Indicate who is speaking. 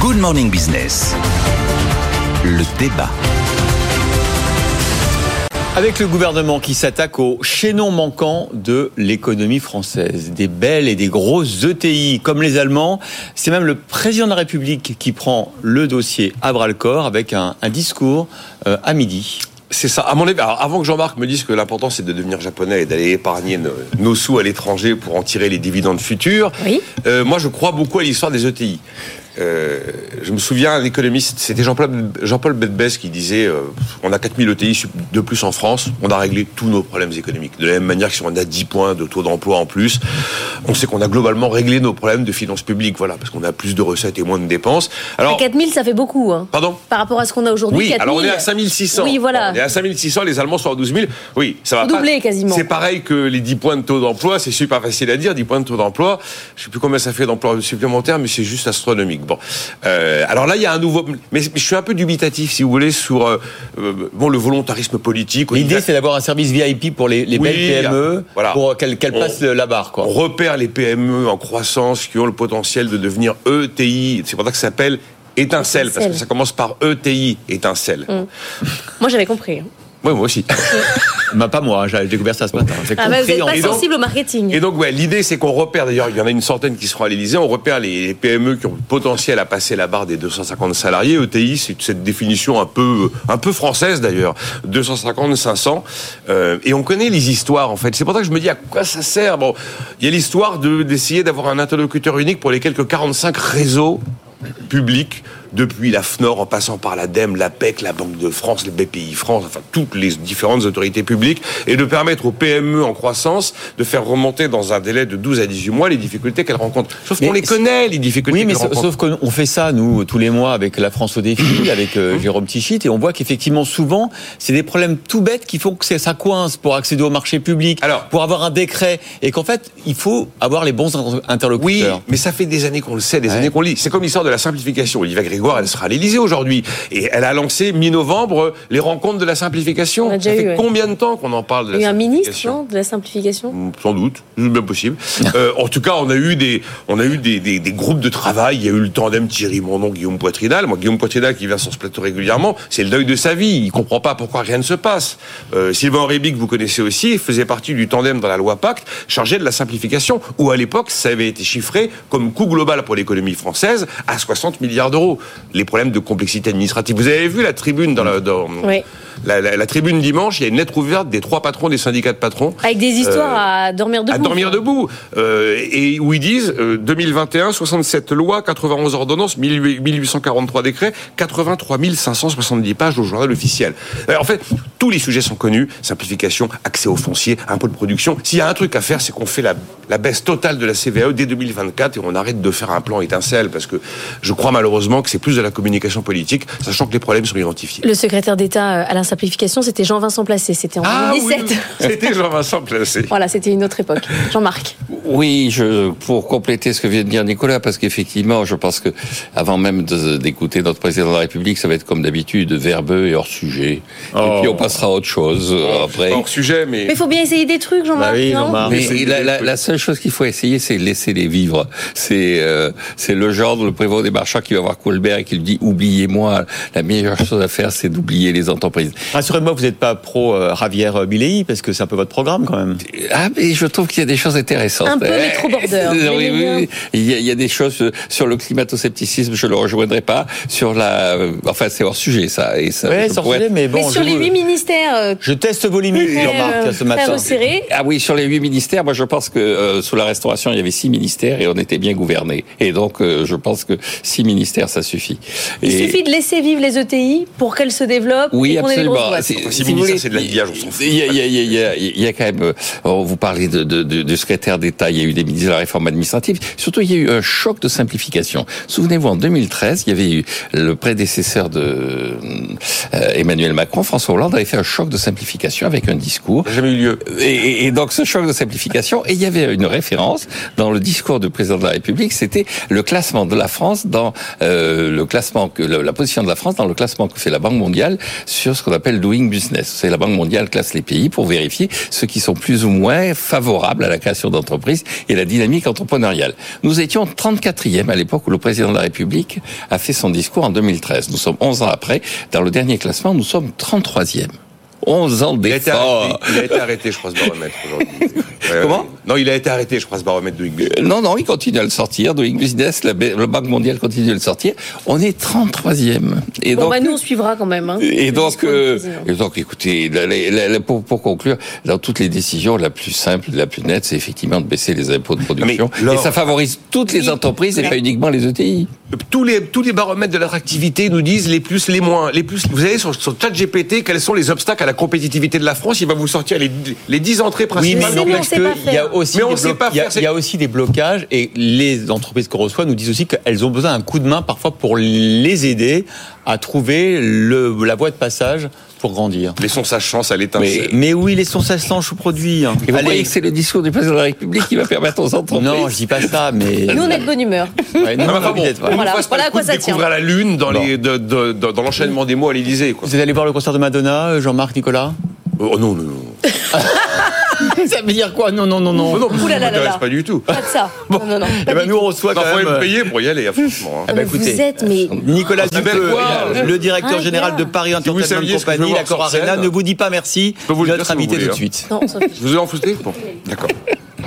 Speaker 1: Good Morning Business. Le débat.
Speaker 2: Avec le gouvernement qui s'attaque aux chaînons manquants de l'économie française, des belles et des grosses ETI comme les Allemands, c'est même le président de la République qui prend le dossier à bras le corps avec un, un discours euh, à midi.
Speaker 3: C'est ça. À mon avis, alors, avant que Jean-Marc me dise que l'important c'est de devenir japonais et d'aller épargner nos, nos sous à l'étranger pour en tirer les dividendes futurs,
Speaker 4: Oui.
Speaker 3: euh, moi je crois beaucoup à l'histoire des ETI. Euh, je me souviens, un économiste, c'était Jean-Paul Jean Bedbès qui disait euh, on a 4000 ETI sup- de plus en France, on a réglé tous nos problèmes économiques. De la même manière que si on a 10 points de taux d'emploi en plus, on sait qu'on a globalement réglé nos problèmes de finances publiques, voilà, parce qu'on a plus de recettes et moins de dépenses. Alors,
Speaker 4: 4000, ça fait beaucoup. hein.
Speaker 3: pardon
Speaker 4: Par rapport à ce qu'on a aujourd'hui,
Speaker 3: oui,
Speaker 4: 4000.
Speaker 3: alors on est à 5600.
Speaker 4: Oui, voilà.
Speaker 3: On est à 5600, les Allemands sont à 12 000. Oui, ça va
Speaker 4: Doublé,
Speaker 3: pas.
Speaker 4: quasiment.
Speaker 3: C'est pareil que les 10 points de taux d'emploi, c'est super facile à dire, 10 points de taux d'emploi. Je sais plus combien ça fait d'emplois supplémentaires, mais c'est juste astronomique. Bon. Euh, alors là, il y a un nouveau. Mais je suis un peu dubitatif, si vous voulez, sur euh, euh, bon, le volontarisme politique.
Speaker 2: L'idée c'est d'avoir un service VIP pour les, les
Speaker 3: Oui,
Speaker 2: belles PME,
Speaker 3: voilà.
Speaker 2: pour qu'elles qu'elles
Speaker 3: On-
Speaker 2: passent la barre. Quoi.
Speaker 3: On repère les PME en croissance qui ont le potentiel de devenir ETI. C'est pour ça que ça s'appelle étincelle, parce que
Speaker 4: Étincelle. Mm.
Speaker 3: ça commence par ETI, étincelle.
Speaker 4: Moi, j'avais compris.
Speaker 3: Ouais, moi aussi.
Speaker 2: Bah, pas moi, j'ai j'ai découvert ça ce matin. J'ai
Speaker 4: Ah, bah, vous
Speaker 2: compris
Speaker 4: n'êtes
Speaker 2: en
Speaker 4: pas
Speaker 2: disant-
Speaker 4: sensible au marketing.
Speaker 3: Et donc, ouais, l'idée, c'est qu'on repère, d'ailleurs, il y en a une centaine qui seront à l'Elysée, on repère les les PME qui ont le potentiel à passer la barre des 250 salariés. ETI, c'est cette définition un peu, un peu française, d'ailleurs. 250, 500. Euh, et on connaît les histoires, en fait. C'est pour ça que je me dis à quoi ça sert. Bon, il y a l'histoire de- d'essayer d'avoir un interlocuteur unique pour les quelques 45 réseaux publics depuis la FNOR en passant par l'ADEME, l'APEC, la Banque de France, le BPI France, enfin toutes les différentes autorités publiques, et de permettre aux PME en croissance de faire remonter dans un délai de 12 à 18 mois les difficultés qu'elles rencontrent. Sauf qu'on
Speaker 2: Mais
Speaker 3: les connaît, les difficultés
Speaker 2: Oui, mais
Speaker 3: qu'elles
Speaker 2: sa-
Speaker 3: rencontrent.
Speaker 2: sauf qu'on fait ça, nous, tous les mois, avec la France au défi, avec euh, Jérôme Tichit, et on voit qu'effectivement, souvent, c'est des problèmes tout bêtes qui font que c'est- ça coince pour accéder au marché public,
Speaker 3: Alors-
Speaker 2: pour avoir un décret, et qu'en fait, il faut avoir les bons inter-
Speaker 3: Oui,
Speaker 2: interlocuteurs.
Speaker 3: mais ça fait des années qu'on le sait, des
Speaker 2: Ouais.
Speaker 3: années qu'on lit. C'est comme l'histoire de la simplification. Olivia Grégoire, elle sera à l'Élysée aujourd'hui. Et elle a lancé, mi-novembre, euh, les rencontres de la simplification.
Speaker 4: On a déjà
Speaker 3: ça
Speaker 4: eu,
Speaker 3: fait
Speaker 4: ouais.
Speaker 3: combien de temps qu'on en parle de la
Speaker 4: Il y a eu un ministre,
Speaker 3: simplification Mm.
Speaker 4: non, de la simplification
Speaker 3: Sans doute, c'est bien possible. Euh, en tout cas, on a eu des, on a eu des, des, des groupes de travail. Il y a eu le tandem Thierry Mondon, Guillaume Poitrinal. Moi, Guillaume Poitrinal qui vient sur ce plateau régulièrement, c'est le deuil de sa vie. Il comprend pas pourquoi rien ne se passe. Euh, Sylvain Réby, que vous connaissez aussi, faisait partie du tandem dans la loi Pacte, chargé de la simplification, où à l'époque, ça avait été chiffré comme coût global pour l'économie française à 60 milliards d'euros. Les problèmes de complexité administrative. Vous avez vu la tribune dans la, dans,
Speaker 4: Oui.
Speaker 3: la, la- la tribune dimanche, il y a une lettre ouverte des trois patrons des syndicats de patrons
Speaker 4: Avec des histoires
Speaker 3: Euh,
Speaker 4: à dormir debout.
Speaker 3: à dormir debout. Euh, et où ils disent euh, 2021, 67 lois, 91 ordonnances, 1843 décrets, 83 570 pages au journal officiel. Euh, en fait, tous les sujets sont connus simplification, accès au foncier, impôt de production. S'il y a un truc à faire, c'est qu'on fait la, la baisse totale de la CVAE E dès 2024 et on arrête de faire un plan étincelle parce que je crois malheureusement que c'est plus de la communication politique, sachant que les problèmes sont identifiés.
Speaker 4: Le secrétaire d'État euh, à la simplification, c'était Jean-Vincent Placé. C'était en
Speaker 3: Ah oui,
Speaker 4: 2017.
Speaker 3: c'était Jean-Vincent Placé.
Speaker 4: Voilà, c'était une autre époque. Jean-Marc.
Speaker 5: Oui, je, pour compléter ce que vient de dire Nicolas, parce qu'effectivement, je pense que avant même de- d'écouter notre président de la République, ça va être comme d'habitude verbeux et hors sujet.
Speaker 2: Oh.
Speaker 5: Et puis on passera à autre chose euh, après.
Speaker 3: Hors sujet, mais...
Speaker 4: Mais il faut bien essayer des trucs, Jean-Marc.
Speaker 2: Bah oui,
Speaker 4: non
Speaker 2: Jean-Marc.
Speaker 5: Mais
Speaker 3: c'est-
Speaker 5: la, la- la seule chose qu'il faut essayer, c'est laisser les vivre. C'est euh, c'est le genre, le prévôt des marchands qui va voir Colbert et qui lui dit oubliez-moi. La meilleure chose à faire, c'est d'oublier les entreprises.
Speaker 2: Rassurez-moi, vous n'êtes pas pro euh, Javier Milei, parce que c'est un peu votre programme, quand même.
Speaker 5: Ah, mais je trouve qu'il y a des choses intéressantes.
Speaker 4: Un peu
Speaker 5: Eh,
Speaker 4: métro-border.
Speaker 5: oui,
Speaker 4: Vous
Speaker 5: oui,
Speaker 4: aimez bien
Speaker 5: oui. Il y, a, il y a des choses euh, sur le climato-scepticisme, je le rejoindrai pas. Sur la, euh, enfin, c'est hors sujet ça. Et ça
Speaker 2: Oui,
Speaker 5: je
Speaker 2: sans
Speaker 5: pourrais-
Speaker 2: sujet, mais bon.
Speaker 4: Mais sur
Speaker 2: je,
Speaker 4: les huit ministères, euh,
Speaker 2: je teste vos limites,
Speaker 4: très,
Speaker 2: Jean-Marc,
Speaker 4: euh,
Speaker 2: ce
Speaker 4: très
Speaker 2: matin.
Speaker 4: resserrés,
Speaker 5: Ah oui, sur les huit ministères, moi je pense que euh, sous la restauration, il y avait six ministères et on était bien gouvernés. Et donc, euh, je pense que six ministères, ça suffit.
Speaker 4: il
Speaker 5: Et-
Speaker 4: suffit de laisser vivre les ETI pour qu'elles se développent
Speaker 5: Oui,
Speaker 4: et qu'on ait des
Speaker 5: absolument.
Speaker 4: grosses boîtes.
Speaker 3: Enfin, si ministère, c'est de la liage, on s'en fout.
Speaker 5: Il y a, il y a- il y a- il y a- il y a quand même. euh, oh, Vous parlez de, de, de- du secrétaire d'État. Il y a eu des ministres de la réforme administrative. Surtout, il y a eu un choc de simplification. Souvenez-vous, en 2013, il y avait eu le prédécesseur de euh, Emmanuel Macron, François Hollande, avait fait un choc de simplification avec un discours.
Speaker 3: Ça n'a jamais eu lieu.
Speaker 5: Et, et- et donc ce choc de simplification, et il y avait une référence dans le discours du président de la République, c'était le classement de la France dans euh, le classement que le- la position de la France dans le classement que fait la Banque mondiale sur ce qu'on qu'on appelle Doing Business. C'est la Banque mondiale classe les pays pour vérifier ceux qui sont plus ou moins favorables à la création d'entreprises et la dynamique entrepreneuriale. Nous étions 34e à l'époque où le président de la République a fait son discours en 2013. Nous sommes 11 ans après. Dans le dernier classement, nous sommes 33e. 11 ans
Speaker 3: Il a, été arrêté,
Speaker 5: d'efforts.
Speaker 3: il a été arrêté, je crois, ce baromètre aujourd'hui. Ouais,
Speaker 5: Comment
Speaker 3: ouais. Non, il a été arrêté, je crois, ce baromètre de Higby.
Speaker 5: Euh, Non, non, il continue à le sortir. Doing Business, la, ba- la Banque mondiale continue à le sortir. On est 33e. Et
Speaker 4: Bon, bah, nous, on suivra quand même. hein.
Speaker 5: Et donc, euh,
Speaker 4: C'est
Speaker 5: et donc, écoutez, la- la- la- la- pour, pour conclure, dans toutes les décisions, la plus simple, la plus nette, c'est effectivement de baisser les impôts de production.
Speaker 3: Mais, Laure-
Speaker 5: et ça favorise toutes les entreprises et pas uniquement les E ETI.
Speaker 3: Tous les, tous les baromètres de l'attractivité nous disent les plus, les moins. Les plus, vous avez sur, sur GPT, quels sont les obstacles à la compétitivité de la France Il va vous sortir les, les 10 entrées
Speaker 2: Oui,
Speaker 3: principales.
Speaker 2: mais
Speaker 4: mais non, on
Speaker 2: n'empêche
Speaker 4: sait
Speaker 2: que
Speaker 4: pas
Speaker 2: il y a
Speaker 4: faire.
Speaker 2: aussi
Speaker 3: Mais on
Speaker 2: des
Speaker 3: sait
Speaker 2: blo-
Speaker 3: pas
Speaker 2: il y a-
Speaker 3: faire, c'est-
Speaker 2: il y a aussi des blocages et les entreprises qu'on reçoit nous disent aussi qu'elles ont besoin d'un coup de main parfois pour les aider à trouver le, la voie de passage pour grandir.
Speaker 3: Laissons sa chance à
Speaker 2: Mais,
Speaker 3: l'étincelle.
Speaker 2: mais oui, laissons ça sans produit. hein.
Speaker 5: Et vous
Speaker 2: Allez.
Speaker 5: voyez que c'est le discours du président de la République qui va permettre aux entreprises.
Speaker 2: Non, je dis pas ça, mais
Speaker 4: Nous, on est de bonne humeur.
Speaker 2: Ouais, non,
Speaker 3: Ah, mais
Speaker 2: non,
Speaker 3: enfin bon,
Speaker 2: peut-être, ouais.
Speaker 3: on
Speaker 4: Voilà,
Speaker 3: ne fasse pas
Speaker 4: voilà
Speaker 3: le
Speaker 4: à
Speaker 3: coup
Speaker 4: quoi
Speaker 3: de
Speaker 4: ça
Speaker 3: découvrir la
Speaker 4: tient.
Speaker 3: lune dans
Speaker 2: Bon.
Speaker 3: les- de- de- de- dans l'enchaînement des mots à l'Élysée. quoi.
Speaker 2: Vous êtes allé voir le concert de Madonna, euh, Jean-Marc, Nicolas
Speaker 3: Oh non, non, non.
Speaker 2: Ça veut dire quoi Non, non, non,
Speaker 3: Oh,
Speaker 2: non.
Speaker 3: non, parce que
Speaker 4: Ouh là
Speaker 3: ça
Speaker 4: là là
Speaker 3: m'intéresse
Speaker 4: là.
Speaker 3: pas du tout.
Speaker 4: Pas de ça. Non, non, non.
Speaker 2: Eh ben, nous, on reçoit
Speaker 3: Il
Speaker 2: quand
Speaker 3: faut
Speaker 2: même.
Speaker 3: me
Speaker 2: euh,
Speaker 3: payer pour y aller, hein, franchement. hein.
Speaker 2: Eh ben,
Speaker 4: Vous
Speaker 2: écoutez.
Speaker 4: êtes, mais.
Speaker 2: Nicolas Dupeux,
Speaker 3: s'appelle Ah, quoi
Speaker 2: le directeur
Speaker 4: Ah,
Speaker 2: général de
Speaker 4: bien.
Speaker 2: Paris
Speaker 3: vous
Speaker 2: Entertainment
Speaker 3: saviez ce que je vais
Speaker 2: Company,
Speaker 3: voir
Speaker 2: la Cora
Speaker 3: sur scène,
Speaker 2: Arena, ne vous dit pas merci.
Speaker 3: peux vous le dire
Speaker 2: notre
Speaker 3: si vous
Speaker 2: invité
Speaker 3: voulez,
Speaker 2: tout de
Speaker 3: hein.
Speaker 2: suite.
Speaker 4: Non, on s'en fiche.
Speaker 3: Je vous ai enfoncé Bon, d'accord.